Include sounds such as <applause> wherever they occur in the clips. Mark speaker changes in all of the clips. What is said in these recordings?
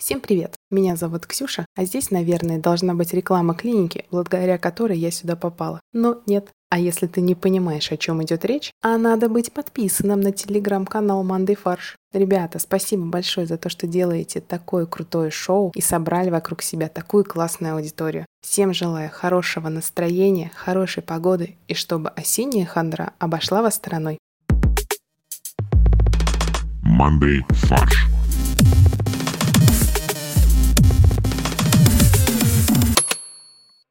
Speaker 1: Всем привет! Меня зовут Ксюша, а здесь, наверное, должна быть реклама клиники, благодаря которой я сюда попала. Но нет. А если ты не понимаешь, о чем идет речь, а надо быть подписанным на телеграм-канал Манды Фарш. Ребята, спасибо большое за то, что делаете такое крутое шоу и собрали вокруг себя такую классную аудиторию. Всем желаю хорошего настроения, хорошей погоды и чтобы осенняя хандра обошла вас стороной.
Speaker 2: Monday Фарш.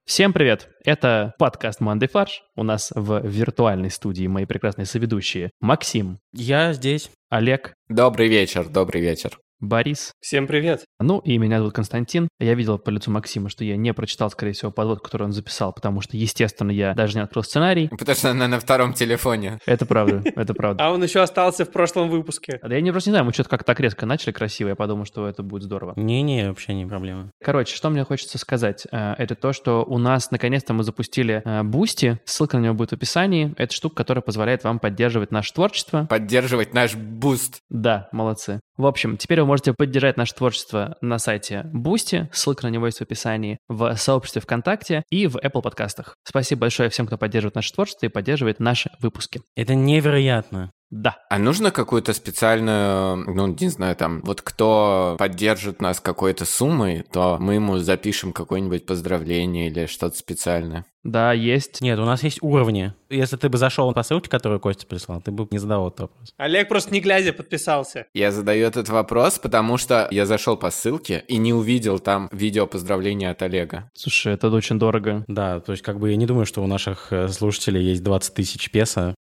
Speaker 3: Всем привет! Это подкаст «Манды фарш». У нас в виртуальной студии мои прекрасные соведущие Максим,
Speaker 4: Я здесь.
Speaker 3: Олег,
Speaker 5: Добрый вечер, добрый вечер.
Speaker 3: Борис.
Speaker 6: Всем привет.
Speaker 3: Ну и меня зовут Константин. Я видел по лицу Максима, что я не прочитал, скорее всего, подвод, который он записал, потому что, естественно, я даже не открыл сценарий.
Speaker 5: Потому что она на втором телефоне.
Speaker 3: Это правда, это правда.
Speaker 6: А он еще остался в прошлом выпуске.
Speaker 3: Да я не просто не знаю, мы что-то как так резко начали красиво, я подумал, что это будет здорово.
Speaker 4: Не-не, вообще не проблема.
Speaker 3: Короче, что мне хочется сказать, э, это то, что у нас наконец-то мы запустили э, Бусти, ссылка на него будет в описании. Это штука, которая позволяет вам поддерживать наше творчество,
Speaker 5: Поддерживать наш буст.
Speaker 3: Да, молодцы. В общем, теперь вы можете поддержать наше творчество на сайте Boosty, ссылка на него есть в описании, в сообществе ВКонтакте и в Apple подкастах. Спасибо большое всем, кто поддерживает наше творчество и поддерживает наши выпуски.
Speaker 4: Это невероятно.
Speaker 3: Да.
Speaker 5: А нужно какую-то специальную, ну, не знаю, там, вот кто поддержит нас какой-то суммой, то мы ему запишем какое-нибудь поздравление или что-то специальное.
Speaker 3: Да, есть.
Speaker 4: Нет, у нас есть уровни. Если ты бы зашел по ссылке, которую Костя прислал, ты бы не задавал этот вопрос.
Speaker 6: Олег просто не глядя подписался. <laughs>
Speaker 5: Я задаю этот вопрос, потому что я зашел по ссылке и не увидел там видео поздравления от Олега.
Speaker 3: Слушай, это очень дорого.
Speaker 4: Да, то есть как бы я не думаю, что у наших э, слушателей есть 20 тысяч песо.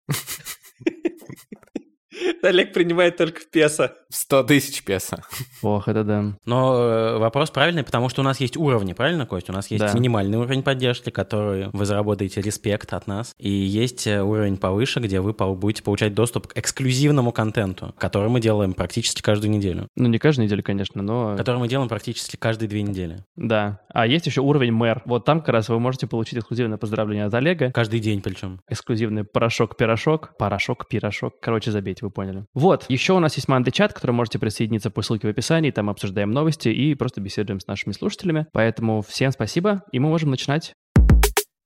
Speaker 6: Олег принимает только в песо.
Speaker 5: 100 тысяч песо.
Speaker 3: Ох, это да.
Speaker 4: Но э, вопрос правильный, потому что у нас есть уровни, правильно, Костя? У нас есть
Speaker 3: Да.
Speaker 4: минимальный уровень поддержки, который вы заработаете респект от нас. И есть э, уровень повыше, где вы по- будете получать доступ к эксклюзивному контенту, который мы делаем практически каждую неделю.
Speaker 3: Ну, не каждую неделю, конечно, но...
Speaker 4: Который мы делаем практически каждые две недели.
Speaker 3: Да. А есть еще уровень мэр. Вот там как раз вы можете получить эксклюзивное поздравление от Олега,
Speaker 4: Каждый день причем.
Speaker 3: эксклюзивный порошок-пирожок. Порошок-пирожок. Короче, забейте, вы поняли. Вот. Еще у нас есть манды-чат, к которому можете присоединиться по ссылке в описании. Там обсуждаем новости и просто беседуем с нашими слушателями. Поэтому всем спасибо, и мы можем начинать.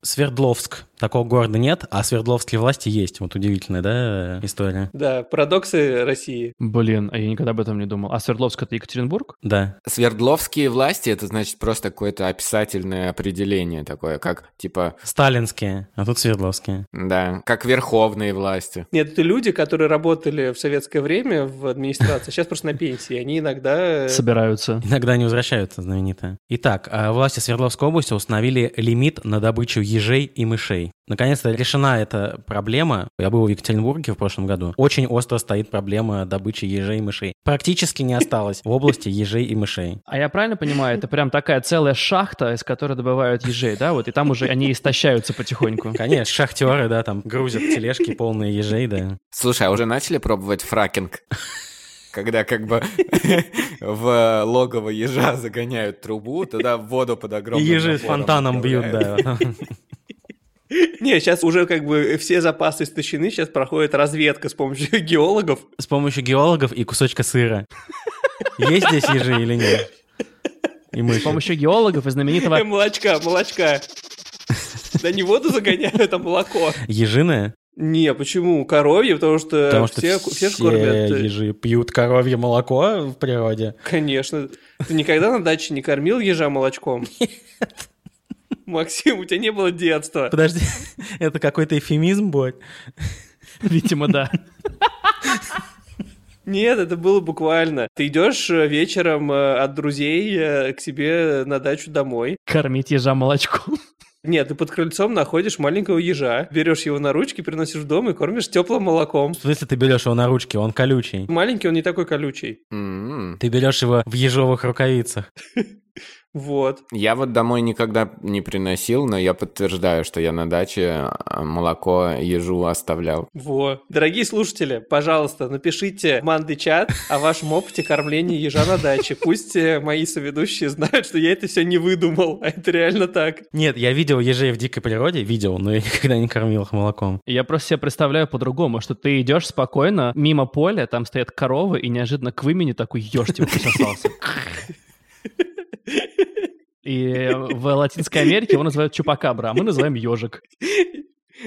Speaker 4: Свердловск. Такого города нет, а свердловские власти есть. Вот удивительная, да, э, история?
Speaker 6: Да, парадоксы России.
Speaker 3: Блин, а я никогда об этом не думал. А Свердловск — это Екатеринбург?
Speaker 4: Да.
Speaker 5: Свердловские власти — это значит просто какое-то описательное определение такое, как, типа,
Speaker 4: Сталинские, а тут свердловские.
Speaker 5: да, как верховные власти.
Speaker 6: Нет, это люди, которые работали в советское время в администрации, сейчас просто на пенсии. Они иногда... э,
Speaker 3: Собираются.
Speaker 4: Иногда не возвращаются, знаменитые. Итак, а, власти Свердловской области установили лимит на добычу ежей и мышей. Наконец-то решена эта проблема. Я был в Екатеринбурге в прошлом году. Очень остро стоит проблема добычи ежей и мышей. Практически не осталось в области ежей и мышей.
Speaker 3: А я правильно понимаю, это прям такая целая шахта, из которой добывают ежей, да? Вот, и там уже они истощаются потихоньку.
Speaker 4: Конечно, шахтеры, да, там грузят тележки полные ежей, да.
Speaker 5: Слушай, а уже начали пробовать фракинг? <laughs> Когда как бы <laughs> в логово ежа загоняют трубу, туда воду под
Speaker 4: И
Speaker 5: огромным
Speaker 4: ежи
Speaker 5: напором
Speaker 4: фонтаном бьют,
Speaker 5: отправляют.
Speaker 4: да.
Speaker 6: <laughs> Не, сейчас уже как бы все запасы истощены, сейчас проходит разведка с помощью <laughs> геологов.
Speaker 4: С помощью геологов и кусочка сыра. Есть здесь ежи или нет? И
Speaker 3: С
Speaker 4: мыши.
Speaker 3: помощью геологов и знаменитого...
Speaker 6: Э, молочка, молочка. Да не воду загоняют,
Speaker 4: <laughs>
Speaker 6: а молоко.
Speaker 4: Ежиное?
Speaker 6: Не, почему? Коровье, потому что,
Speaker 4: Потому что
Speaker 6: все,
Speaker 4: все,
Speaker 6: все ж кормят... э,
Speaker 4: ежи пьют коровье молоко в природе.
Speaker 6: Конечно. Ты никогда на даче не кормил ежа молочком? Максим, у тебя не было детства.
Speaker 4: Подожди, <laughs> это какой-то эфемизм будет?
Speaker 3: Видимо, да.
Speaker 6: Нет, это было буквально. Ты идешь э, вечером э, от друзей э, к себе на дачу домой.
Speaker 3: Кормить ежа молочком.
Speaker 6: Нет, ты под крыльцом находишь маленького ежа, берешь его на ручки, приносишь в дом и кормишь теплым молоком.
Speaker 4: В смысле ты берешь его на ручки, он колючий.
Speaker 6: Маленький, он не такой колючий.
Speaker 5: М-м.
Speaker 4: Ты берешь его в ежовых рукавицах.
Speaker 6: Вот.
Speaker 5: Я вот домой никогда не приносил, но я подтверждаю, что я на даче а, молоко ежу оставлял.
Speaker 6: Во. Дорогие слушатели, пожалуйста, напишите в манды чат о вашем опыте кормления ежа на даче. Пусть э, мои соведущие знают, что я это все не выдумал, а это реально так.
Speaker 4: Нет, я видел ежей в дикой природе, видел, но я никогда не кормил их молоком.
Speaker 3: Я просто себе представляю по-другому, что ты идешь спокойно мимо поля, там стоят коровы, и неожиданно к вымени такой еж тебе присосался. И в Латинской Америке его называют чупакабра, а мы называем ежик.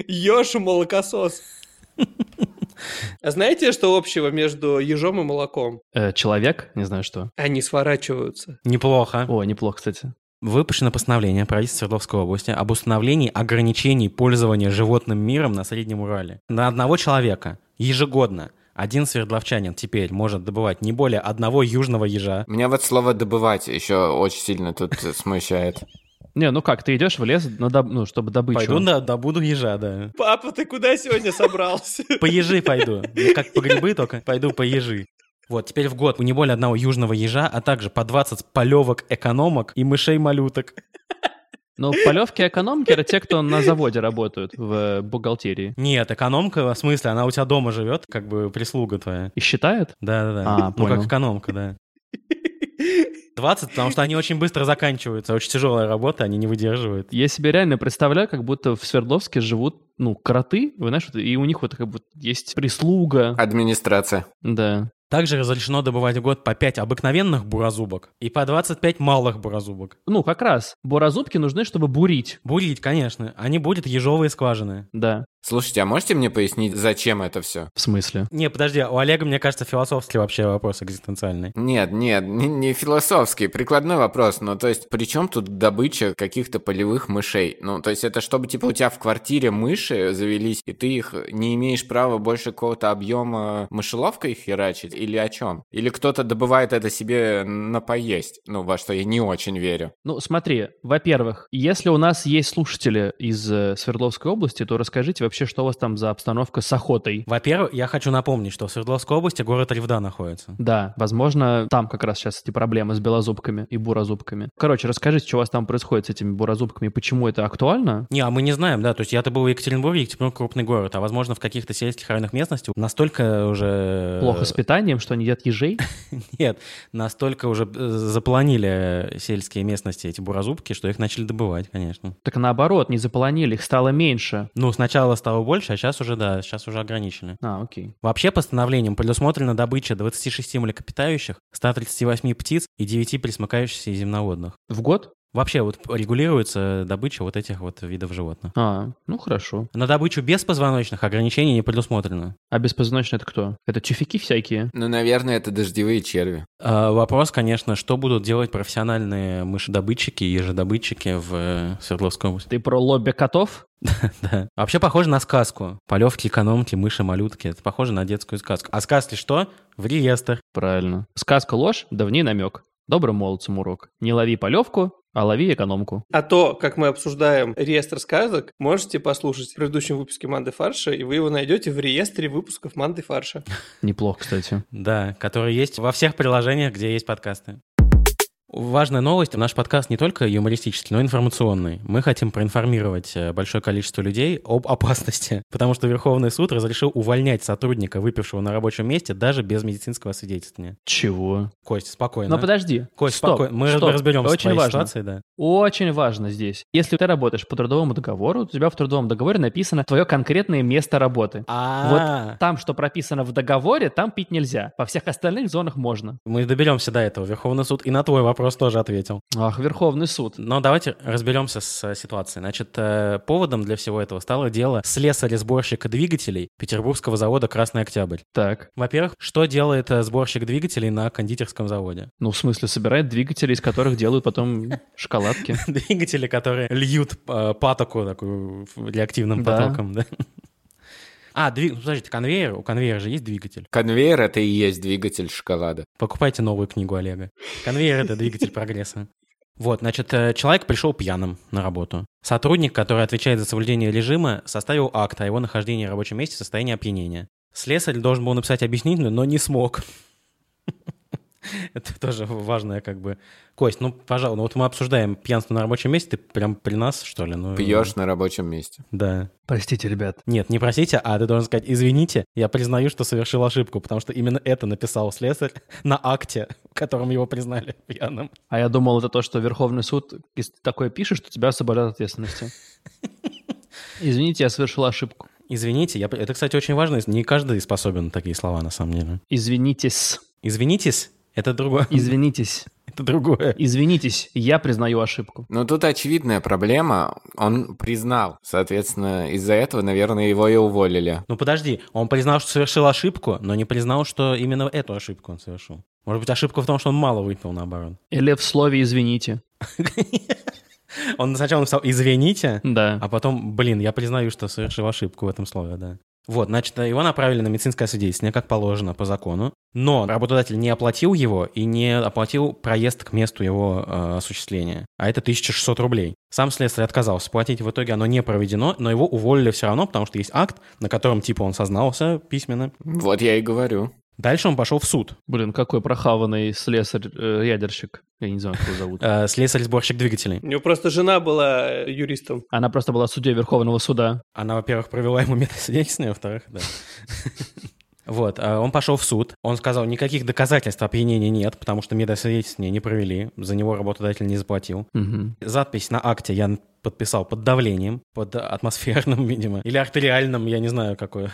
Speaker 6: Ёж молокосос. А знаете, что общего между ежом и молоком?
Speaker 3: Э, человек, не знаю что.
Speaker 6: Они сворачиваются.
Speaker 4: Неплохо.
Speaker 3: О, неплохо, кстати.
Speaker 4: Выпущено постановление правительства Свердловской области об установлении ограничений пользования животным миром на Среднем Урале. На одного человека ежегодно один свердловчанин теперь может добывать не более одного южного ежа.
Speaker 5: Меня вот слово «добывать» еще очень сильно тут смущает.
Speaker 3: Не, ну как, ты идешь в лес, на доб- ну, чтобы добычу.
Speaker 4: Пойду на, добуду ежа, да.
Speaker 6: Папа, ты куда сегодня собрался?
Speaker 4: По ежи пойду. Ну, Как по грибы только, пойду по ежи. Вот, теперь в год не более одного южного ежа, а также по 20 полевок экономок и мышей-малюток.
Speaker 3: Ну, полевки экономки — это те, кто на заводе работают в э, бухгалтерии.
Speaker 4: Нет, экономка, в смысле, она у тебя дома живет, как бы прислуга твоя.
Speaker 3: И считают?
Speaker 4: Да-да-да.
Speaker 3: А,
Speaker 4: ну,
Speaker 3: понял.
Speaker 4: как экономка, да. 20, потому что они очень быстро заканчиваются. Очень тяжелая работа, они не выдерживают.
Speaker 3: Я себе реально представляю, как будто в Свердловске живут, ну, кроты, вы знаешь, вот, и у них вот как будто есть прислуга,
Speaker 5: Администрация.
Speaker 3: да.
Speaker 4: Также разрешено добывать в год по 5 обыкновенных буразубок и по 25 малых буразубок.
Speaker 3: Ну, как раз, борозубки нужны, чтобы бурить,
Speaker 4: Бурить, конечно. Они будут ежовые скважины.
Speaker 3: да.
Speaker 5: Слушайте, а можете мне пояснить, зачем это все?
Speaker 3: В смысле?
Speaker 4: Не, подожди, у Олега, мне кажется, философский вообще вопрос экзистенциальный.
Speaker 5: Нет, нет, не, не философский, прикладной вопрос. Ну, то есть, при чем тут добыча каких-то полевых мышей? Ну, то есть, это чтобы, типа, у тебя в квартире мыши завелись, и ты их не имеешь права больше какого-то объема мышеловкой херачить? Или о чем? Или кто-то добывает это себе на поесть? Ну, во что я не очень верю.
Speaker 3: Ну, смотри, во-первых, если у нас есть слушатели из э, Свердловской области, то расскажите вообще, что у вас там за обстановка с охотой.
Speaker 4: Во-первых, я хочу напомнить, что в Свердловской области город Ревда находится.
Speaker 3: Да, возможно, там как раз сейчас эти проблемы с белозубками и бурозубками. Короче, расскажите, что у вас там происходит с этими бурозубками и почему это актуально.
Speaker 4: Не, а мы не знаем, да, то есть я-то был в Екатеринбурге, Екатеринбург крупный город, а возможно в каких-то сельских районах местности настолько уже...
Speaker 3: Плохо с питанием, что они едят ежей.
Speaker 4: <laughs> Нет, настолько уже э, запланили сельские местности эти буразубки, что их начали добывать, конечно.
Speaker 3: Так наоборот, не заполонили, их стало меньше.
Speaker 4: Ну, сначала стало больше, а сейчас уже, да, сейчас уже ограничены.
Speaker 3: А, окей.
Speaker 4: Вообще постановлением предусмотрена добыча 26 млекопитающих, 138 птиц и 9 пресмыкающихся и земноводных.
Speaker 3: В год?
Speaker 4: Вообще вот регулируется добыча вот этих вот видов животных.
Speaker 3: А, ну хорошо.
Speaker 4: На добычу беспозвоночных ограничений не предусмотрено.
Speaker 3: А беспозвоночные это кто? Это тюфяки всякие?
Speaker 5: Ну, наверное, это дождевые черви.
Speaker 4: А, вопрос, конечно, что будут делать профессиональные мышедобытчики и ежедобытчики в э, Свердловской области?
Speaker 3: Ты про лобби котов?
Speaker 4: <laughs> Да. А Вообще похоже на сказку. Полевки, экономки, мыши, малютки. Это похоже на детскую сказку. А сказки что? В реестр.
Speaker 3: Правильно. Сказка ложь, да в ней намек. Добрым молодцам урок. Не лови полевку, а лови экономку.
Speaker 6: А то, как мы обсуждаем реестр сказок, можете послушать в предыдущем выпуске «Манды фарша», и вы его найдете в реестре выпусков «Манды фарша».
Speaker 3: Неплохо, кстати.
Speaker 4: Да, которые есть во всех приложениях, где есть подкасты. Важная новость. Наш подкаст не только юмористический, но и информационный. Мы хотим проинформировать э, большое количество людей об опасности, <laughs> потому что Верховный суд разрешил увольнять сотрудника, выпившего на рабочем месте, даже без медицинского освидетельствования.
Speaker 3: Чего?
Speaker 4: Кость, спокойно.
Speaker 3: Но подожди.
Speaker 4: Кость,
Speaker 3: Стоп,
Speaker 4: спокойно. Мы
Speaker 3: стоп.
Speaker 4: разберемся
Speaker 3: Очень
Speaker 4: с твоей
Speaker 3: важно.
Speaker 4: ситуацией, да.
Speaker 3: Очень важно здесь. Если ты работаешь по трудовому договору, у тебя в трудовом договоре написано твое конкретное место работы.
Speaker 4: А,
Speaker 3: Там, что прописано в договоре, там пить нельзя. Во всех остальных зонах можно.
Speaker 4: Мы доберемся до этого. Верховный суд и на твой вопрос тоже ответил.
Speaker 3: Ах, Верховный суд.
Speaker 4: Но давайте разберемся с э, ситуацией. Значит, э, поводом для всего этого стало дело слесаря-сборщика двигателей петербургского завода «Красный Октябрь».
Speaker 3: Так.
Speaker 4: Во-первых, что делает э, сборщик двигателей на кондитерском заводе? <laughs>
Speaker 3: Ну, в смысле, собирает двигатели, из которых делают потом шоколадки.
Speaker 4: Двигатели, которые льют э, патоку такую ф- реактивным
Speaker 3: Да.
Speaker 4: потоком, да? <laughs> А, двиг... подождите, конвейер? У конвейера же есть двигатель.
Speaker 5: Конвейер — это и есть двигатель шоколада.
Speaker 4: Покупайте новую книгу Олега. Конвейер — это двигатель прогресса. Вот, значит, э, человек пришел пьяным на работу. Сотрудник, который отвечает за соблюдение режима, составил акт о его нахождении в рабочем месте в состоянии опьянения. Слесарь должен был написать объяснительную, но не смог. <laughs> Это тоже важная как бы... Кость, ну, пожалуй, ну вот мы обсуждаем пьянство на рабочем месте, ты прям при нас, что ли? Ну,
Speaker 5: Пьешь на рабочем месте.
Speaker 4: Да.
Speaker 3: Простите, ребят.
Speaker 4: Нет, не просите, а ты должен сказать, извините, я признаю, что совершил ошибку, потому что именно это написал слесарь <laughs> на акте, в котором его признали пьяным.
Speaker 3: А я думал, это то, что Верховный суд, если ты такое пишешь, то тебя освобождают от ответственности. Извините, я совершил ошибку.
Speaker 4: Извините, я... это, кстати, очень важно, не каждый способен на такие слова, на самом деле.
Speaker 3: Извинитесь.
Speaker 4: Извинитесь, это другое.
Speaker 3: Извинитесь.
Speaker 4: <laughs> это другое.
Speaker 3: Извинитесь, я признаю ошибку.
Speaker 5: Но Ну, тут очевидная проблема. Он признал. Соответственно, из-за этого, наверное, его и уволили.
Speaker 4: Ну подожди, он признал, что совершил ошибку, но не признал, что именно эту ошибку он совершил. Может быть, ошибка в том, что он мало выпил, наоборот. <laughs>
Speaker 3: Или в слове «извините».
Speaker 4: Он сначала написал «извините»,
Speaker 3: Да.
Speaker 4: а потом, блин, я признаю, что совершил ошибку в этом слове, да. Вот, значит, его направили на медицинское содействие, как положено по закону, но работодатель не оплатил его и не оплатил проезд к месту его э, осуществления, а это 1600 рублей. Сам следствие отказался платить, в итоге оно не проведено, но его уволили все равно, потому что есть акт, на котором, типа, он сознался письменно.
Speaker 5: Вот я и говорю.
Speaker 4: Дальше он пошел в суд.
Speaker 3: Блин, какой прохаванный слесарь-ядерщик. Я не знаю, как его зовут.
Speaker 4: Э, слесарь-сборщик двигателей.
Speaker 6: У него просто жена была э, юристом.
Speaker 3: Она просто была судьей Верховного суда.
Speaker 4: Она, во-первых, провела ему метасвидетельство, а во-вторых, да. Вот, а он пошел в суд, он сказал, никаких доказательств опьянения нет, потому что медосвидетельствование не провели, за него работодатель не заплатил.
Speaker 3: Мгм.
Speaker 4: Запись на акте я подписал под давлением, под атмосферным, <laughs> видимо, или артериальным, я не знаю, какое.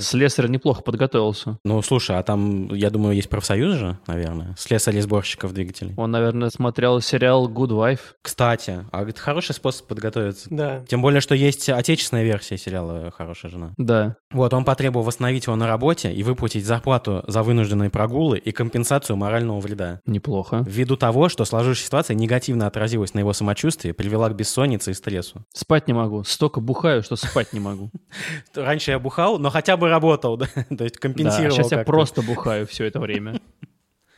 Speaker 3: Слесарь неплохо подготовился.
Speaker 4: Ну, слушай, а там, я думаю, есть профсоюз же, наверное, слесарей сборщиков двигателей.
Speaker 3: Он, наверное, смотрел сериал Good Wife.
Speaker 4: Кстати, а это хороший способ подготовиться.
Speaker 6: Да.
Speaker 4: Тем более, что есть отечественная версия сериала «Хорошая жена».
Speaker 3: Да.
Speaker 4: Вот, он потребовал восстановить его на работе и выплатить зарплату за вынужденные прогулы и компенсацию морального вреда.
Speaker 3: Неплохо.
Speaker 4: Ввиду того, что сложившаяся ситуация негативно отразилась на его самочувствии, привела к бессоннице и стрессу.
Speaker 3: Спать не могу. Столько бухаю, что спать не
Speaker 4: <laughs>
Speaker 3: могу.
Speaker 4: Раньше я бухал, но хотя бы работал, <laughs> да? то есть
Speaker 3: Да,
Speaker 4: компенсировал.
Speaker 3: сейчас я
Speaker 4: как-то.
Speaker 3: просто бухаю все это время.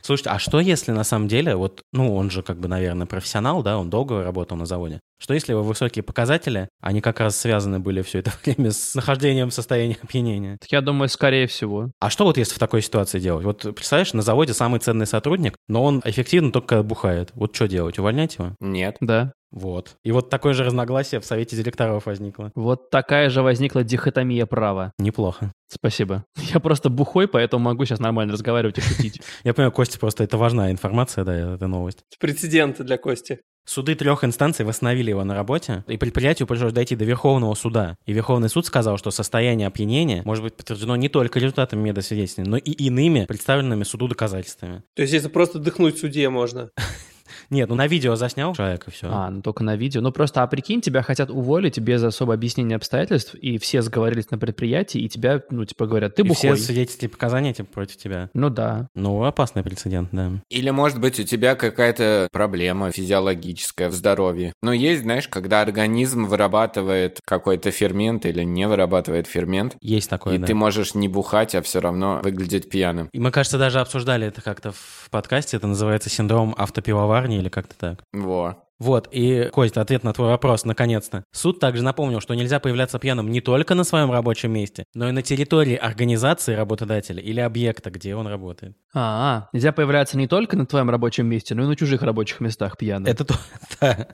Speaker 4: Слушайте, а что если на самом деле, вот, ну, он же как бы, наверное, профессионал, да, он долго работал на заводе. Что если его высокие показатели, они как раз связаны были все это <laughs> время с нахождением в состоянии опьянения?
Speaker 3: Так я думаю, скорее всего.
Speaker 4: А что вот если в такой ситуации делать? Вот представляешь, на заводе самый ценный сотрудник, но он эффективно только когда бухает. Вот что делать? Увольнять его?
Speaker 5: Нет.
Speaker 3: Да.
Speaker 4: Вот. И вот такое же разногласие в совете директоров возникло.
Speaker 3: Вот такая же возникла дихотомия права.
Speaker 4: Неплохо.
Speaker 3: Спасибо. <laughs> Я просто бухой, поэтому могу сейчас нормально разговаривать и
Speaker 4: <laughs>
Speaker 3: шутить.
Speaker 4: Я понимаю, Костя, просто это важная информация, да, эта новость.
Speaker 6: Прецеденты для Кости.
Speaker 4: Суды трех инстанций восстановили его на работе, и предприятию пришлось дойти до Верховного суда. И Верховный суд сказал, что состояние опьянения может быть подтверждено не только результатами медосвидетельствования, но и иными представленными суду доказательствами.
Speaker 6: То есть, если просто дыхнуть судье можно. <laughs>
Speaker 4: Нет, ну на видео заснял человек и все.
Speaker 3: А, ну только на видео. Ну просто, а прикинь, тебя хотят уволить без особо объяснения обстоятельств, и все сговорились на предприятии, и тебя, ну, типа говорят, ты
Speaker 4: и все
Speaker 3: бухой.
Speaker 4: свидетельские показания типа, против тебя.
Speaker 3: Ну да.
Speaker 4: Ну, опасный прецедент, да.
Speaker 5: Или, может быть, у тебя какая-то проблема физиологическая в здоровье. Но есть, знаешь, когда организм вырабатывает какой-то фермент или не вырабатывает фермент,
Speaker 4: Есть такое,
Speaker 5: и
Speaker 4: да.
Speaker 5: ты можешь не бухать, а все равно выглядеть пьяным.
Speaker 4: И мы, кажется, даже обсуждали это как-то в подкасте. Это называется синдром автопивоварни или как-то так.
Speaker 5: Во.
Speaker 4: Вот, и, Кость, ответ на твой вопрос, наконец-то. Суд также напомнил, что нельзя появляться пьяным не только на своем рабочем месте, но и на территории организации работодателя или объекта, где он работает.
Speaker 3: А, нельзя появляться не только на твоем рабочем месте, но и на чужих рабочих местах пьяным.
Speaker 4: Это то, <laughs> да.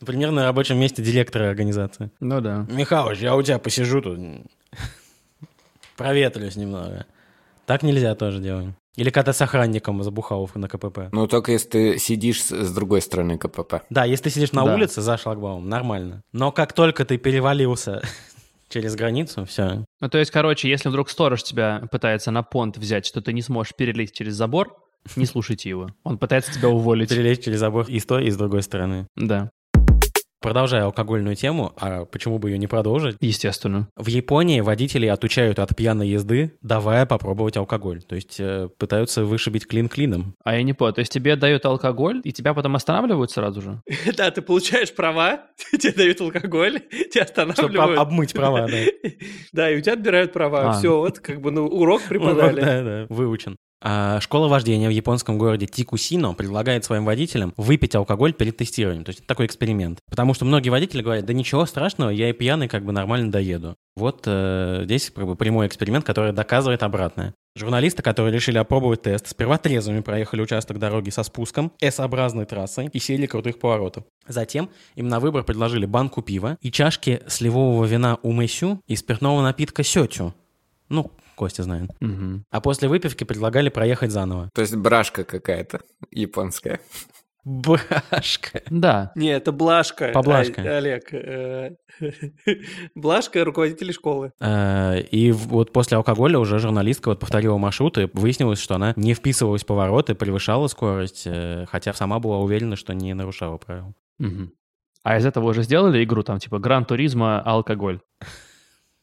Speaker 4: Например, Ну, на рабочем месте директора организации.
Speaker 3: Ну да.
Speaker 4: Михалыч, я у тебя посижу тут. Проветрюсь немного. Так нельзя тоже делать. Или когда с охранником забухал на КПП.
Speaker 5: Ну, только если ты сидишь с, с другой стороны КПП.
Speaker 4: Да, если ты сидишь на
Speaker 3: Да.
Speaker 4: улице за шлагбаумом, нормально. Но как только ты перевалился <laughs> через границу, все.
Speaker 3: Ну то есть, короче, если вдруг сторож тебя пытается на понт взять, что ты не сможешь перелезть через забор, не слушайте его. Он пытается тебя уволить.
Speaker 4: Перелезть через забор и с той, и с другой стороны.
Speaker 3: Да,
Speaker 4: Продолжая алкогольную тему, а почему бы ее не продолжить?
Speaker 3: естественно.
Speaker 4: В Японии водителей отучают от пьяной езды, давая попробовать алкоголь. То есть э, пытаются вышибить клин клином.
Speaker 3: <laughs> А я не понял, то есть тебе дают алкоголь, и тебя потом останавливают сразу же?
Speaker 6: Да, ты получаешь права, <laughs> тебе дают алкоголь, <laughs> тебя
Speaker 4: Чтобы
Speaker 6: останавливают.
Speaker 4: обмыть права, да.
Speaker 6: Да, и у тебя отбирают права.
Speaker 3: А.
Speaker 6: Все, вот как бы, ну, урок
Speaker 4: <laughs> Урок,
Speaker 6: преподали.
Speaker 4: да, да, выучен. А, Школа вождения в японском городе Тикусино предлагает своим водителям выпить алкоголь перед тестированием. То есть это такой эксперимент. Потому что многие водители говорят, да ничего страшного, я и пьяный как бы нормально доеду. Вот э, здесь как бы прямой эксперимент, который доказывает обратное. Журналисты, которые решили опробовать тест, сперва трезвыми проехали участок дороги со спуском, S-образной трассой и серией крутых поворотов. Затем им на выбор предложили банку пива и чашки сливового вина умэсю и спиртного напитка сетю. Ну, Костя знает.
Speaker 3: Мгм.
Speaker 4: А после выпивки предлагали проехать заново.
Speaker 5: То есть брашка какая-то японская.
Speaker 4: Брашка.
Speaker 3: Да.
Speaker 6: Не, это Блажка.
Speaker 4: Поблажка.
Speaker 6: Ай, Олег. э, <laughs> Блажка руководитель школы.
Speaker 4: Э, И в- вот после алкоголя уже журналистка вот повторила маршрут, и выяснилось, что она не вписывалась в повороты, превышала скорость, э, хотя сама была уверена, что не нарушала правил.
Speaker 3: Мгм. А из этого уже сделали игру, там типа Гран Туризма, алкоголь.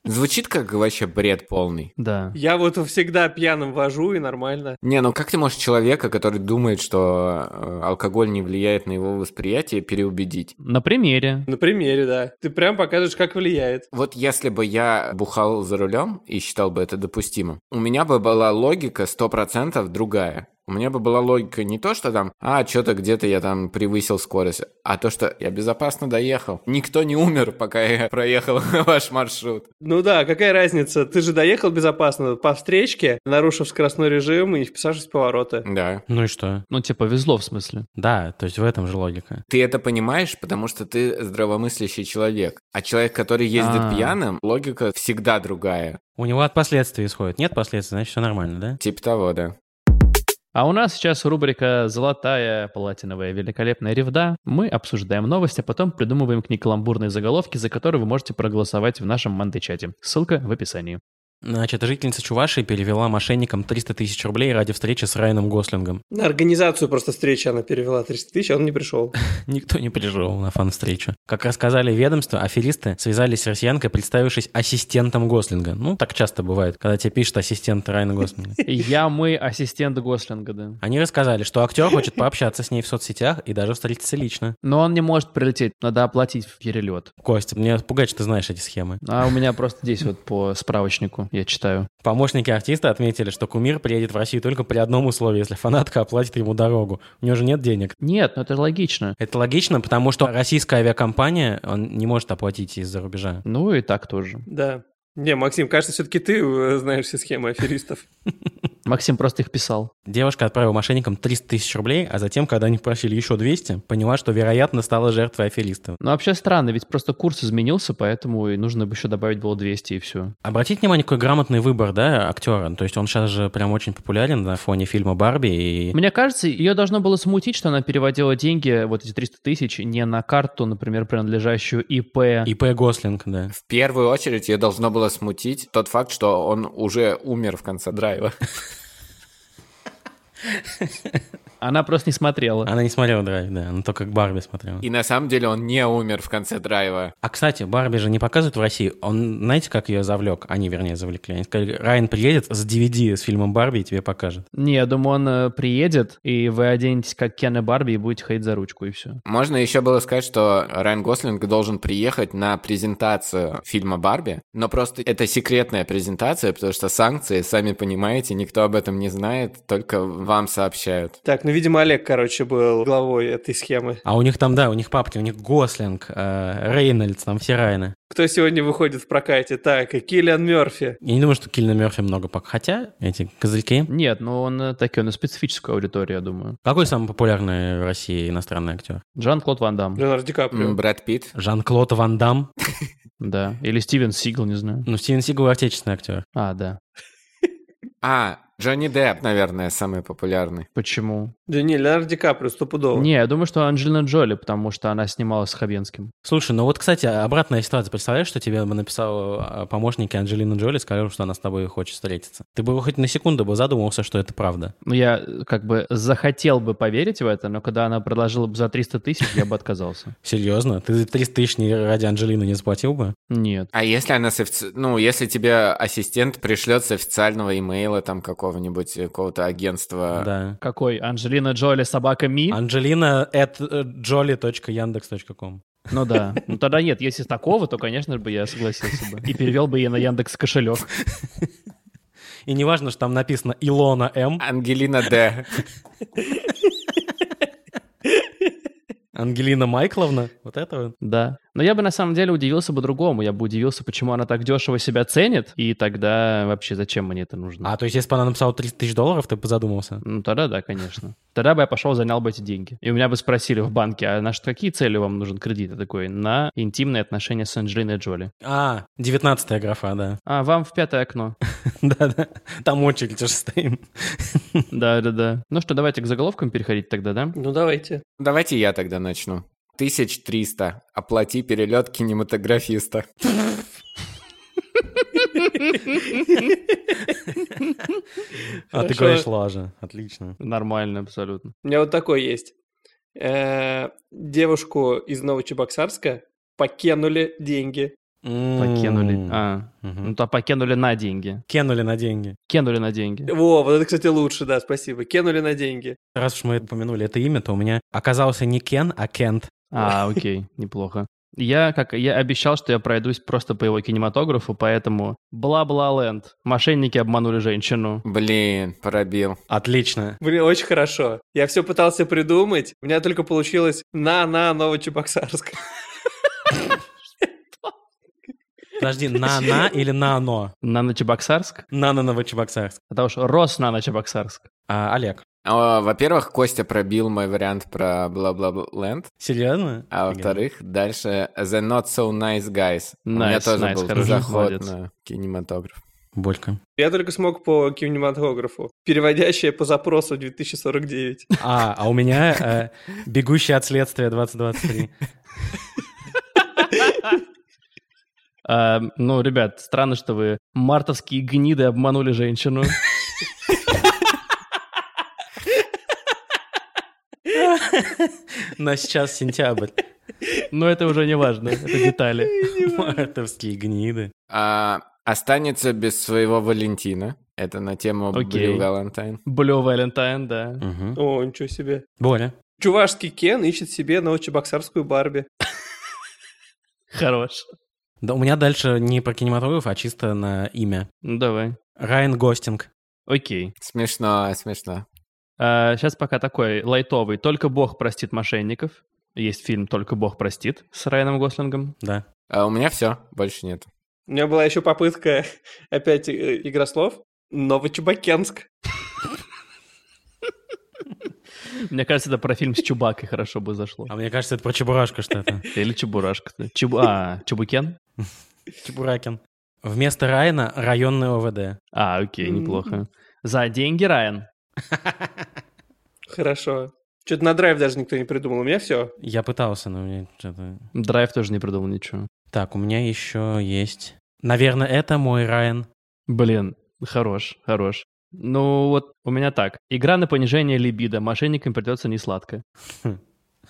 Speaker 5: Звучит как вообще бред полный.
Speaker 3: Да.
Speaker 6: Я вот всегда пьяным вожу и нормально.
Speaker 5: Не, ну как ты можешь человека, который думает, что э, алкоголь не влияет на его восприятие, переубедить?
Speaker 3: На примере.
Speaker 6: На примере, да. Ты прям покажешь, как влияет.
Speaker 5: Вот если бы я бухал за рулем и считал бы это допустимым, у меня бы была логика 100% другая. У меня бы была логика не то, что там, а, что-то где-то я там превысил скорость, а то, что я безопасно доехал. Никто не умер, пока я проехал <laughs> ваш маршрут.
Speaker 6: Ну да, какая разница? Ты же доехал безопасно по встречке, нарушив скоростной режим и вписавшись в повороты.
Speaker 5: Да.
Speaker 4: Ну и что?
Speaker 3: Ну, типа, везло в смысле.
Speaker 4: Да, то есть в этом же логика.
Speaker 5: Ты это понимаешь, потому что ты здравомыслящий человек. А человек, который ездит
Speaker 3: А.
Speaker 5: пьяным, логика всегда другая.
Speaker 4: У него от последствий исходит. Нет последствий, значит, все нормально, да?
Speaker 5: Типа того, да.
Speaker 3: А у нас сейчас рубрика «Золотая, платиновая, великолепная ревда». Мы обсуждаем новости, а потом придумываем к ней каламбурные заголовки, за которые вы можете проголосовать в нашем манды-чате. Ссылка в описании.
Speaker 4: Значит, жительница Чувашии перевела мошенникам 300 тысяч рублей ради встречи с Райаном Гослингом.
Speaker 6: На организацию просто встречи она перевела 300 тысяч, а он не пришел.
Speaker 4: Никто не пришел на фан-встречу. Как рассказали ведомства, аферисты связались с россиянкой, представившись ассистентом Гослинга. Ну, так часто бывает, когда тебе пишут ассистент Райана Гослинга.
Speaker 3: Я, мы, ассистент Гослинга, да.
Speaker 4: Они рассказали, что актер хочет пообщаться с ней в соцсетях и даже встретиться лично.
Speaker 3: Но он не может прилететь, надо оплатить перелет.
Speaker 4: Костя, мне пугать, что ты знаешь эти схемы.
Speaker 3: А у меня просто здесь вот по справочнику я читаю.
Speaker 4: Помощники артиста отметили, что кумир приедет в Россию только при одном условии, если фанатка оплатит ему дорогу. У него же нет денег.
Speaker 3: Нет, ну это логично.
Speaker 4: Это логично, потому что российская авиакомпания, он не может оплатить из-за рубежа.
Speaker 3: Ну и так тоже.
Speaker 6: <laughs> Да. Не, Максим, кажется, все-таки ты э, знаешь все схемы аферистов.
Speaker 3: Максим просто их писал.
Speaker 4: Девушка отправила мошенникам 300 тысяч рублей, а затем, когда они просили еще 200, поняла, что, вероятно, стала жертвой афериста.
Speaker 3: Ну вообще странно, ведь просто курс изменился, поэтому и нужно бы еще добавить было 200 и все.
Speaker 4: Обратите внимание, какой грамотный выбор, да, актера. То есть он сейчас же прям очень популярен на фоне фильма «Барби», и
Speaker 3: Мне кажется, ее должно было смутить, что она переводила деньги, вот эти 300 тысяч, не на карту, например, принадлежащую ИП.
Speaker 4: ИП Гослинг, да.
Speaker 5: В первую очередь ее должно было смутить тот факт, что он уже умер в конце драйва.
Speaker 3: Она просто не смотрела.
Speaker 4: Она не смотрела «Драйв», да, она только к «Барби» смотрела.
Speaker 5: И на самом деле он не умер в конце драйва.
Speaker 4: А, кстати, Барби же не показывают в России. Он, знаете, как ее завлек? Они, вернее, завлекли. Они сказали, Райан приедет с DVD с фильмом «Барби» и тебе покажет.
Speaker 3: Не, я думаю, он э, приедет, и вы оденетесь как Кен и Барби и будете ходить за ручку, и все.
Speaker 5: Можно еще было сказать, что Райан Гослинг должен приехать на презентацию фильма «Барби», но просто это секретная презентация, потому что санкции, сами понимаете, никто об этом не знает, только вам сообщают.
Speaker 6: Так, ну, видимо, Олег, короче, был главой этой схемы.
Speaker 4: А у них там, да, у них папки, у них Гослинг, э, Рейнольдс, там все Райаны.
Speaker 6: Кто сегодня выходит в прокате? Так, и Киллиан Мерфи.
Speaker 4: Я не думаю, что Киллина Мерфи много пак. Хотя эти козырьки.
Speaker 3: Нет, ну он э, такой, на специфическую аудиторию, я думаю.
Speaker 4: Какой самый популярный в России иностранный актер?
Speaker 3: Жан-Клод Ван Дам,
Speaker 6: Леонардо Ди Каприо.
Speaker 5: М, Брэд Питт.
Speaker 4: Жан-Клод Ван Дам.
Speaker 3: да. Или Стивен Сигл, не знаю.
Speaker 4: Ну, Стивен Сигал отечественный актер.
Speaker 3: А, да.
Speaker 5: А, Джонни Депп, наверное, самый популярный.
Speaker 3: Почему?
Speaker 6: Да не, Леонардо Ди Каприо, стопудово.
Speaker 3: Не, я думаю, что Анджелина Джоли, потому что она снималась с Хабенским.
Speaker 4: Слушай, ну вот, кстати, обратная ситуация. Представляешь, что тебе бы написал э, помощник Анджелина Джоли, сказал, что она с тобой хочет встретиться. Ты бы хоть на секунду бы задумался, что это правда.
Speaker 3: Ну, я э, как бы захотел бы поверить в это, но когда она предложила бы за 300 тысяч, я бы отказался.
Speaker 4: Серьезно? Ты за 300 тысяч не- ради Анджелины не заплатил бы?
Speaker 3: Нет.
Speaker 5: А если она, с офици- ну, если тебе ассистент пришлет с официального имейла там какого-нибудь, э, какого-то агентства,
Speaker 4: Да.
Speaker 3: Какой? Анджелина Джоли, собака Ми?
Speaker 4: Анджелина at э, jolie.yandex.com.
Speaker 3: Ну да. Ну тогда нет, если такого, то, конечно бы, я согласился бы. И перевел бы ей на Яндекс кошелек.
Speaker 4: И неважно, что там написано Илона М.
Speaker 5: А. Ангелина Д.
Speaker 4: Ангелина Майкловна. Вот это вот.
Speaker 3: Да. Но я бы на самом деле удивился бы другому. Я бы удивился, почему она так дешево себя ценит, и тогда вообще зачем мне это нужно?
Speaker 4: А, то есть если бы она написала 30 тысяч долларов, ты бы задумался?
Speaker 3: Ну тогда да, конечно. Тогда бы я пошел, занял бы эти деньги. И у меня бы спросили в банке, а на ш- какие цели вам нужен кредит? Я такой, на интимные отношения с Анджелиной Джоли.
Speaker 4: А, 19 графа, да.
Speaker 3: А, вам в пятое окно.
Speaker 4: <laughs> Да-да, там очередь уже стоим.
Speaker 3: Да-да-да. Ну что, давайте к заголовкам переходить тогда, да?
Speaker 6: Ну давайте.
Speaker 5: Давайте я тогда начну. 1300. Оплати перелет кинематографиста.
Speaker 4: А ты
Speaker 6: Хорошо.
Speaker 4: говоришь лажа, отлично.
Speaker 3: Нормально, абсолютно.
Speaker 6: У меня вот такой есть. Э, Девушку из Новочебоксарска покинули деньги.
Speaker 4: М-м.
Speaker 3: Покинули.
Speaker 4: М.
Speaker 3: А,
Speaker 4: Мгм.
Speaker 3: ну то покинули на деньги.
Speaker 4: Кинули на деньги.
Speaker 3: Кинули на
Speaker 6: <laughs>
Speaker 3: деньги.
Speaker 6: Во, вот это, кстати, лучше, да, спасибо. Кинули на деньги.
Speaker 4: Раз уж мы упомянули это имя, то у меня оказался не Кен, а Кент.
Speaker 3: А, окей, неплохо. Я, как, я обещал, что я пройдусь просто по его кинематографу, поэтому бла-бла-ленд. Мошенники обманули женщину.
Speaker 5: Блин, пробил.
Speaker 4: Отлично.
Speaker 6: Блин, очень хорошо. Я все пытался придумать, у меня только получилось на-на Новочебоксарск.
Speaker 4: Подожди, на-на или на-но?
Speaker 3: Нано-Чебоксарск?
Speaker 4: Нано Новочебоксарск.
Speaker 3: Потому что рос Нано-Чебоксарск.
Speaker 4: А, Олег,
Speaker 5: А, Во-первых, Костя пробил мой вариант про бла-бла-ленд.
Speaker 4: серьезно?
Speaker 5: А во-вторых, дальше The Not So Nice Guys. У меня
Speaker 3: Nice,
Speaker 5: тоже
Speaker 3: nice,
Speaker 5: был
Speaker 3: хороший
Speaker 5: заход
Speaker 3: молодец.
Speaker 5: на кинематограф.
Speaker 4: Болька.
Speaker 6: <laughs> Я только смог по кинематографу. Переводящая по запросу 2049.
Speaker 4: А, а у меня э, «Бегущий от следствия <laughs> 2023».
Speaker 3: А, ну, ребят, странно, что вы мартовские гниды обманули женщину.
Speaker 4: Но сейчас сентябрь.
Speaker 3: Но это уже не важно, это
Speaker 6: <laughs>
Speaker 3: детали.
Speaker 4: Мартовские гниды.
Speaker 5: А, останется без своего Валентина. Это на тему
Speaker 3: Окей.
Speaker 5: Брил Валентайн.
Speaker 3: Блю Валентайн, да.
Speaker 4: Мгм.
Speaker 6: О, ничего себе.
Speaker 4: Боря.
Speaker 6: Чувашский Кен ищет себе новочебоксарскую Барби.
Speaker 3: Хорош.
Speaker 4: Да у меня дальше не про кинематограф, а чисто на имя.
Speaker 3: Ну, давай.
Speaker 4: Райан Гостинг.
Speaker 3: Окей.
Speaker 5: Смешно, смешно.
Speaker 3: Сейчас Э, пока такой лайтовый. Только Бог простит мошенников. Есть фильм «Только Бог простит» с Райаном Гослингом.
Speaker 4: Да.
Speaker 5: А у меня все, больше нет.
Speaker 6: У меня была еще попытка <laughs> опять э, игра слов. Новочебокенск.
Speaker 3: Мне кажется, это про фильм с Чубакой хорошо бы зашло.
Speaker 4: А мне кажется, это про Чебурашка что-то.
Speaker 3: Или Чебурашка. Чебу... А, Чебукен?
Speaker 4: Чебуракин. Вместо Райана районный ОВД.
Speaker 3: А, окей, неплохо. За деньги, Райан.
Speaker 6: Хорошо. Что-то на драйв даже никто не придумал. У меня все.
Speaker 4: Я пытался, но у меня что-то...
Speaker 3: Драйв тоже не придумал ничего.
Speaker 4: Так, у меня еще есть... Наверное, это мой Райан.
Speaker 3: Блин, хорош, хорош. Ну вот у меня так. Игра на понижение либидо. Мошенникам придется несладко.
Speaker 4: Хм.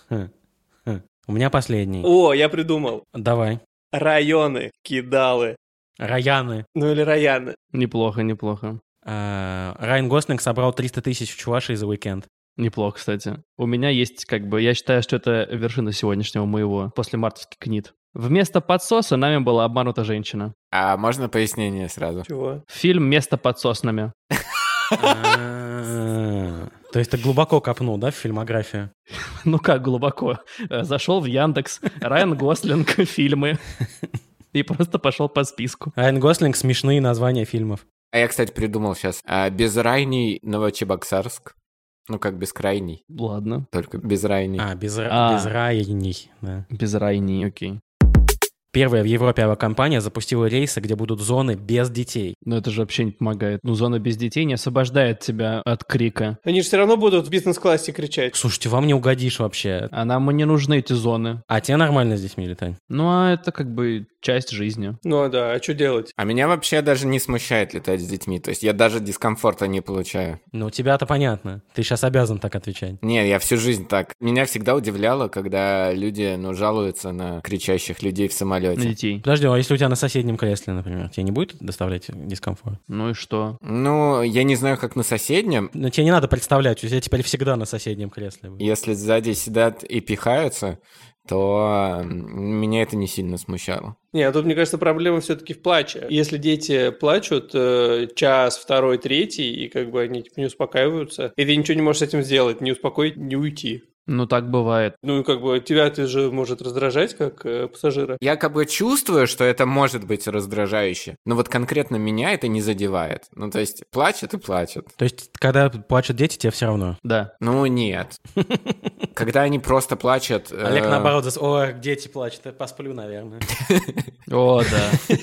Speaker 4: Хм. У меня последний.
Speaker 6: О, я придумал.
Speaker 4: Давай.
Speaker 6: Районы, кидалы.
Speaker 4: Раяны.
Speaker 6: Ну или районы.
Speaker 3: Неплохо, неплохо.
Speaker 4: А, Райан Гослинг собрал 300 тысяч в Чувашии за уикенд.
Speaker 3: Неплохо, кстати. У меня есть, как бы, я считаю, что это вершина сегодняшнего моего после мартовских книт. Вместо подсоса нами была обманута женщина.
Speaker 5: А можно пояснение сразу?
Speaker 6: Чего?
Speaker 3: Фильм «Место под соснами». <laughs>
Speaker 4: А, То есть ты глубоко копнул, да, в фильмографию?
Speaker 3: Ну как глубоко. Э, Зашел в Яндекс, Райан Гослинг, <laughs> фильмы. И просто пошел по списку.
Speaker 4: Райан Гослинг смешные названия фильмов.
Speaker 5: А я, кстати, придумал сейчас. А, безрайний Новочебоксарск. Ну, как бескрайний,
Speaker 3: Ладно.
Speaker 5: только безрайний.
Speaker 4: А, без,
Speaker 3: А.
Speaker 4: безрайний, да.
Speaker 3: Без Райни, окей.
Speaker 4: Первая в Европе авиакомпания запустила рейсы, где будут зоны без детей.
Speaker 3: Но это же вообще не помогает. Ну, зона без детей не освобождает тебя от крика.
Speaker 6: Они же все равно будут в бизнес-классе кричать.
Speaker 4: Слушайте, вам не угодишь вообще.
Speaker 3: А нам и не нужны эти зоны.
Speaker 4: А тебе нормально с детьми летать?
Speaker 3: Ну, а это как бы часть жизни.
Speaker 6: Ну да, а что делать?
Speaker 5: А меня вообще даже не смущает летать с детьми. То есть я даже дискомфорта не получаю.
Speaker 4: Ну, тебя-то понятно. Ты сейчас обязан так отвечать.
Speaker 5: Не, я всю жизнь так. Меня всегда удивляло, когда люди, ну, жалуются на кричащих людей в
Speaker 3: На
Speaker 5: самолете.
Speaker 3: детей.
Speaker 4: Подожди, а если у тебя на соседнем кресле, например, тебе не будет доставлять дискомфорт?
Speaker 3: Ну и что?
Speaker 5: Ну, я не знаю, как на соседнем.
Speaker 4: Ну, тебе не надо представлять, у тебя теперь всегда на соседнем кресле. будет.
Speaker 5: Если сзади сидят и пихаются, то м, меня это не сильно смущало.
Speaker 6: Не, а тут, мне кажется, проблема все-таки в плаче. Если дети плачут э, час, второй, третий, и как бы они типа, не успокаиваются, и ты ничего не можешь с этим сделать, не успокоить, не уйти.
Speaker 3: Ну, так бывает.
Speaker 6: Ну, и как бы тебя это же может раздражать, как э, пассажира.
Speaker 5: Я как бы чувствую, что это может быть раздражающе, но вот конкретно меня это не задевает. Ну, то есть плачет и плачет.
Speaker 4: То есть, когда плачут дети, тебе все равно.
Speaker 3: Да.
Speaker 4: <laughs>
Speaker 5: Ну, нет. Когда они просто плачут... э,
Speaker 4: Олег, наоборот, зас... о, дети плачут, я посплю, наверное.
Speaker 3: О, <laughs> да.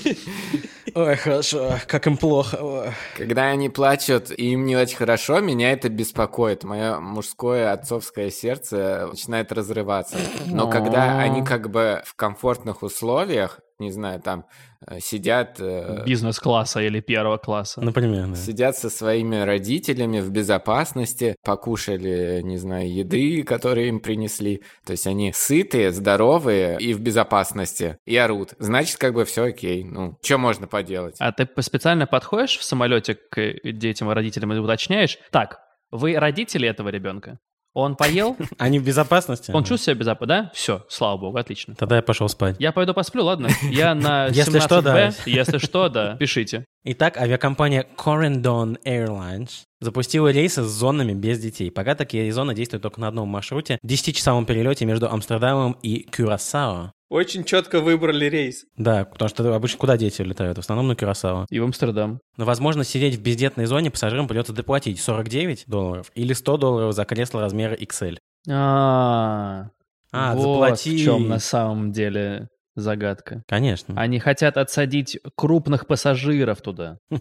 Speaker 4: Ой, хорошо, как им плохо. ой.
Speaker 5: Когда они плачут, и им не очень хорошо, меня это беспокоит. Мое мужское отцовское сердце начинает разрываться. Но когда они как бы в комфортных условиях, не знаю, там э, сидят... э,
Speaker 3: Бизнес-класса или первого класса.
Speaker 4: Например, да.
Speaker 5: Сидят со своими родителями в безопасности, покушали, не знаю, еды, которые им принесли. То есть они сытые, здоровые и в безопасности. И орут. Значит, как бы все окей. Ну, что можно поделать?
Speaker 3: А ты по- специально подходишь в самолете к э, детям и родителям и уточняешь, так, вы родители этого ребенка? Он
Speaker 4: <laughs>
Speaker 3: поел?
Speaker 4: Они в безопасности?
Speaker 3: Он чувствует себя безопасно, да? Все, слава богу, отлично.
Speaker 4: Тогда я пошел спать.
Speaker 3: Я пойду посплю, ладно? Я на
Speaker 4: <laughs> Если
Speaker 3: 17
Speaker 4: что, да. <laughs>
Speaker 3: Если что, да, пишите.
Speaker 4: Итак, авиакомпания Corendon Airlines запустила рейсы с зонами без детей. Пока такие зоны действуют только на одном маршруте, 10-часовом перелете между Амстердамом и Кюрасао.
Speaker 6: Очень четко выбрали рейс.
Speaker 4: Да, потому что обычно куда дети летают? В основном на Кюрасао.
Speaker 3: И в Амстердам.
Speaker 4: Но, возможно, сидеть в бездетной зоне пассажирам придется доплатить 49 долларов или 100 долларов за кресло размера XL.
Speaker 3: А,
Speaker 4: А,
Speaker 3: вот
Speaker 4: заплати.
Speaker 3: в чем на самом деле загадка.
Speaker 4: Конечно.
Speaker 3: Они хотят отсадить крупных пассажиров туда.
Speaker 4: А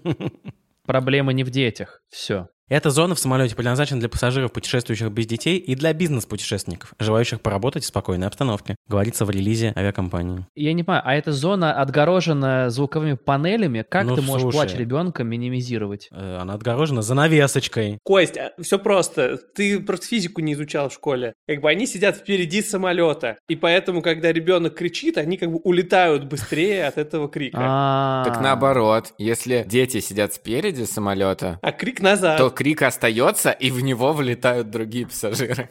Speaker 3: Проблема не в детях. Все.
Speaker 4: Эта зона в самолете предназначена для пассажиров, путешествующих без детей, и для бизнес-путешественников, желающих поработать в спокойной обстановке, говорится в релизе авиакомпании.
Speaker 3: Я не понимаю, а эта зона отгорожена звуковыми панелями. Как
Speaker 4: Ну,
Speaker 3: ты можешь
Speaker 4: слушай.
Speaker 3: плач ребенка минимизировать?
Speaker 4: Э, Она отгорожена занавесочкой.
Speaker 6: Кость, все просто. Ты просто физику не изучал в школе. Как бы они сидят впереди самолета. И поэтому, когда ребенок кричит, они как бы улетают быстрее от этого
Speaker 3: А,
Speaker 6: крика.
Speaker 5: Так
Speaker 3: Так
Speaker 5: наоборот, если дети сидят спереди самолета,
Speaker 6: А крик назад.
Speaker 5: то крик остается, и в него влетают другие пассажиры.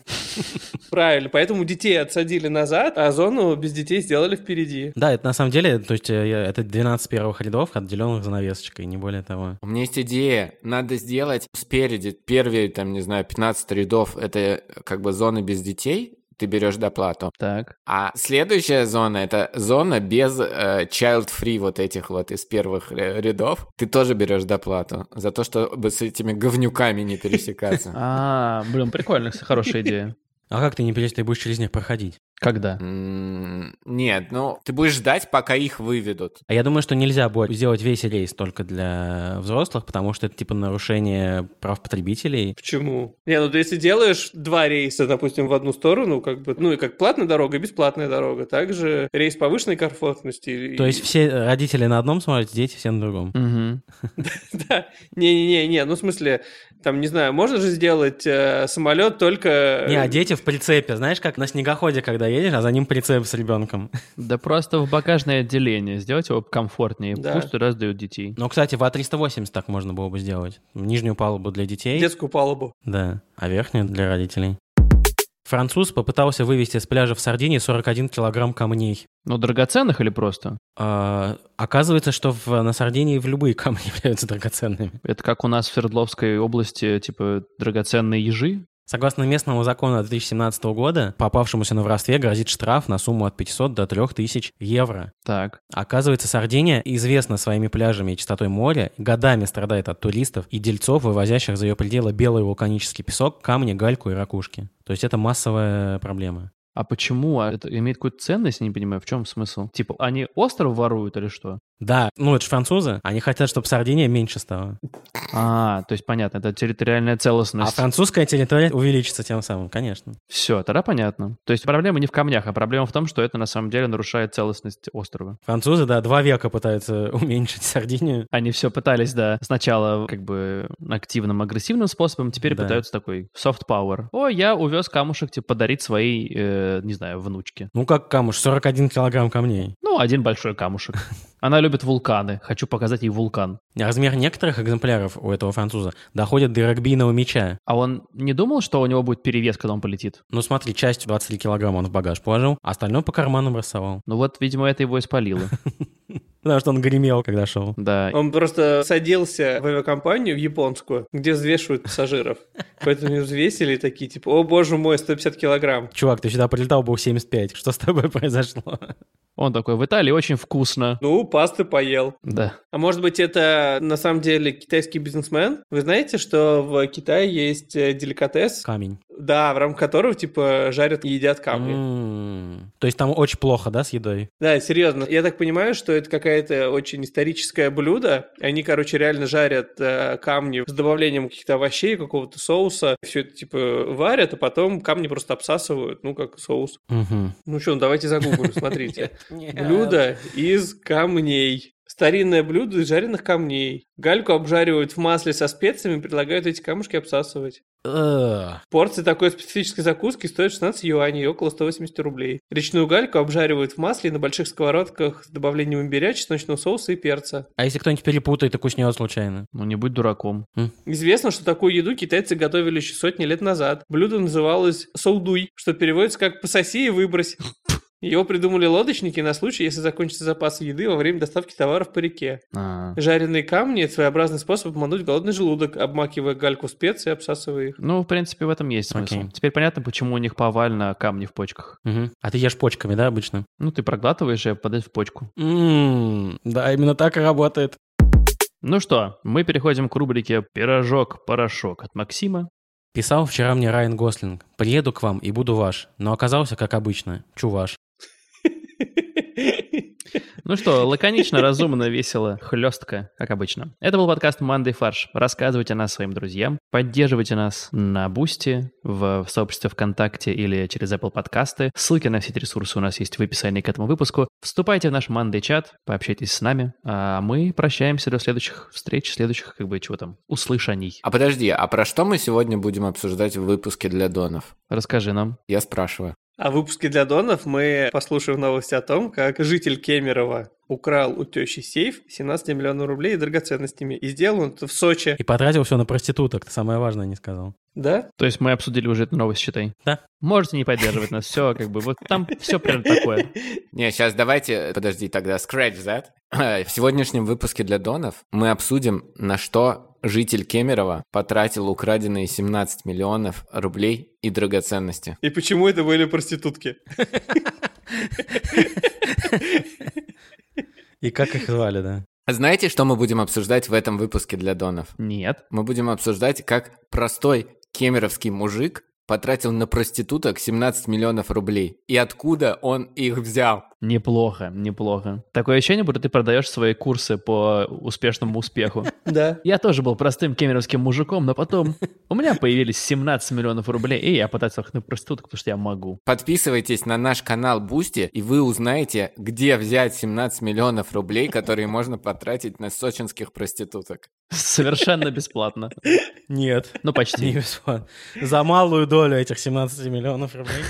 Speaker 6: Правильно. Поэтому детей отсадили назад, а зону без детей сделали впереди.
Speaker 4: Да, это на самом деле, то есть э, я- это 12 первых рядов, отделенных занавесочкой, не более того.
Speaker 5: У меня есть идея. Надо сделать спереди первые, там, не знаю, 15 рядов. Это э, как бы зона без детей. Ты берешь доплату.
Speaker 3: Так.
Speaker 5: А следующая зона это зона без э, child free вот этих вот из первых э, рядов. Ты тоже берешь доплату за то, чтобы с этими говнюками
Speaker 3: <laughs>
Speaker 5: не пересекаться.
Speaker 3: А, блин, прикольно, кстати, хорошая идея.
Speaker 4: А как ты не перейдешь, ты будешь через них проходить?
Speaker 3: Когда?
Speaker 5: М, Нет, ну ты будешь ждать, пока их выведут.
Speaker 4: А я думаю, что нельзя будет сделать весь рейс только для взрослых, потому что это типа нарушение прав потребителей.
Speaker 6: Почему? Не, ну ты если делаешь два рейса, допустим, в одну сторону, как бы, ну и как платная дорога, и бесплатная дорога, также рейс повышенной комфортности. и-
Speaker 4: То есть все родители на одном смотрят, дети все на другом.
Speaker 3: Мгм.
Speaker 6: <laughs> Да, не-не-не, ну в смысле, там, не знаю, можно же сделать э, самолет только...
Speaker 4: Не, а дети в прицепе, знаешь, как на снегоходе, когда едешь, а за ним прицеп с ребенком.
Speaker 3: Да просто в багажное отделение сделать его комфортнее.
Speaker 6: Да.
Speaker 3: Пусть туда сдают детей.
Speaker 4: Но, Ну, кстати, в А380 так можно было бы сделать. Нижнюю палубу для детей.
Speaker 6: Детскую палубу.
Speaker 4: Да, а верхнюю для родителей. Француз попытался вывести с пляжа в Сардинии 41 килограмм камней.
Speaker 3: Ну, драгоценных или просто?
Speaker 4: А, оказывается, что в, на Сардинии в любые камни <laughs> являются драгоценными.
Speaker 3: Это как у нас в Свердловской области, типа, драгоценные ежи.
Speaker 4: Согласно местному закону 2017 года, попавшемуся на воровстве грозит штраф на сумму от 500 до 3000 евро.
Speaker 3: Так.
Speaker 4: Оказывается, Сардиния известна своими пляжами и чистотой моря, годами страдает от туристов и дельцов, вывозящих за ее пределы белый вулканический песок, камни, гальку и ракушки. То есть это массовая проблема.
Speaker 3: А почему? А это имеет какую-то ценность, я не понимаю, в чем смысл? Типа, они остров воруют или что?
Speaker 4: Да, ну это же французы, они хотят, чтобы Сардиния меньше стала.
Speaker 3: А, то есть понятно, это территориальная
Speaker 4: А
Speaker 3: целостность.
Speaker 4: французская территория увеличится тем самым, конечно.
Speaker 3: Все, тогда понятно. То есть проблема не в камнях, а проблема в том, что это на самом деле нарушает целостность острова.
Speaker 4: Французы, да, два века пытаются <laughs> уменьшить Сардинию.
Speaker 3: Они все пытались, да, сначала как бы активным, агрессивным способом, теперь
Speaker 4: Да.
Speaker 3: пытаются такой soft power. О, я увез камушек, типа, подарить своей, э, не знаю, внучке.
Speaker 4: Ну как камуш, 41 килограмм камней.
Speaker 3: Ну, один большой камушек. Она любит вулканы. Хочу показать ей вулкан.
Speaker 4: Размер некоторых экземпляров у этого француза доходит до регбийного мяча.
Speaker 3: А он не думал, что у него будет перевес, когда он полетит?
Speaker 4: Ну смотри, часть 23 килограмма он в багаж положил, а остальное по карманам рассовал.
Speaker 3: Ну вот, видимо, это его и спалило.
Speaker 4: Потому что он гремел, когда шел.
Speaker 3: Да,
Speaker 6: Он просто садился в авиакомпанию в японскую, где
Speaker 4: <laughs>
Speaker 6: взвешивают пассажиров. Поэтому его взвесили и такие, типа, о боже мой, 150 килограмм.
Speaker 4: Чувак, ты сюда прилетал, был 75. Что с тобой <laughs> произошло?
Speaker 3: он такой, в Италии очень вкусно.
Speaker 6: Ну, пасты поел.
Speaker 3: Да.
Speaker 6: А может быть, это на самом деле китайский бизнесмен? Вы знаете, что в Китае есть э, деликатес,
Speaker 4: Камень.
Speaker 6: да, в рамках которого, типа, жарят и едят камни.
Speaker 4: М. То есть там очень плохо, да, с едой?
Speaker 6: Да, серьезно. Я так понимаю, что это какая-то очень историческое блюдо. Они, короче, реально жарят э, камни с добавлением каких-то овощей, какого-то соуса. Все это, типа, варят, а потом камни просто обсасывают, ну, как соус.
Speaker 4: Мгм.
Speaker 6: Ну что, ну давайте загуглим, смотрите. Блюдо из камней. Старинное блюдо из жареных камней. Гальку обжаривают в масле со специями, предлагают эти камушки обсасывать.
Speaker 4: Э,
Speaker 6: Порция такой специфической закуски стоит 16 юаней, около 180 рублей. Речную гальку обжаривают в масле на больших сковородках с добавлением имбиря, чесночного соуса и перца.
Speaker 4: А если кто-нибудь перепутает и куснет случайно?
Speaker 3: Ну не будь дураком.
Speaker 6: Известно, что такую еду китайцы готовили еще сотни лет назад. Блюдо называлось соудуй, что переводится как «пососи и выбрось». Его придумали лодочники на случай, если закончится запас еды во время доставки товаров по реке.
Speaker 3: А.
Speaker 6: Жареные камни – это своеобразный способ обмануть голодный желудок, обмакивая гальку специй и обсасывая
Speaker 3: <laughs>
Speaker 6: их.
Speaker 3: Ну, в принципе, в этом есть смысл.
Speaker 4: Окей.
Speaker 3: Теперь понятно, почему у них повально камни в почках.
Speaker 4: Мгм. А ты ешь почками, да, обычно?
Speaker 3: Ну, ты проглатываешь и попадаешь в почку.
Speaker 4: М, Да, именно так и работает.
Speaker 3: Ну что, мы переходим к рубрике «Пирожок-порошок» от Максима.
Speaker 4: Писал вчера мне Райан Гослинг. Приеду к вам и буду ваш. Но оказался, как обычно, чуваш.
Speaker 3: Ну что, лаконично, разумно, весело, хлестко, как обычно. Это был подкаст «Мандай фарш». Рассказывайте о нас своим друзьям, поддерживайте нас на Бусти, в сообществе ВКонтакте или через Apple подкасты. Ссылки на все эти ресурсы у нас есть в описании к этому выпуску. Вступайте в наш Мандай чат, пообщайтесь с нами, а мы прощаемся до следующих встреч, следующих, как бы, чего там, услышаний.
Speaker 5: А подожди, а про что мы сегодня будем обсуждать в выпуске для донов?
Speaker 3: Расскажи нам.
Speaker 5: Я спрашиваю.
Speaker 6: А в выпуске для Донов мы послушаем новости о том, как житель Кемерово украл у тещи сейф с 17 миллионов рублей и драгоценностями. И сделал он это в Сочи.
Speaker 4: И потратил все на проституток. Ты самое важное не сказал.
Speaker 6: Да?
Speaker 3: То есть мы обсудили уже эту новость, считай.
Speaker 4: Да.
Speaker 3: Можете не поддерживать нас, все, как бы, вот там все прям такое.
Speaker 5: Не, сейчас давайте, подожди тогда, scratch that. <clears throat> В сегодняшнем выпуске для донов мы обсудим, на что житель Кемерово потратил украденные 17 миллионов рублей и драгоценности.
Speaker 6: <laughs> И почему это были проститутки?
Speaker 4: И как их звали, да?
Speaker 5: Знаете, что мы будем обсуждать в этом выпуске для донов?
Speaker 3: Нет.
Speaker 5: Мы будем обсуждать, как простой кемеровский мужик потратил на проституток 17 миллионов рублей. И откуда он их взял?
Speaker 3: Неплохо, неплохо. Такое ощущение, будто ты продаешь свои курсы по успешному успеху.
Speaker 6: Да.
Speaker 3: Я тоже был простым кемеровским мужиком, но потом у меня появились 17 миллионов рублей, и я потратил их на проститутку, потому что я могу.
Speaker 5: Подписывайтесь на наш канал Бусти, и вы узнаете, где взять 17 миллионов рублей, которые можно потратить на сочинских проституток.
Speaker 3: Совершенно бесплатно.
Speaker 4: Нет.
Speaker 3: Ну,
Speaker 4: Не <laughs>
Speaker 3: почти.
Speaker 4: бесплатно. За малую долю этих 17 миллионов рублей.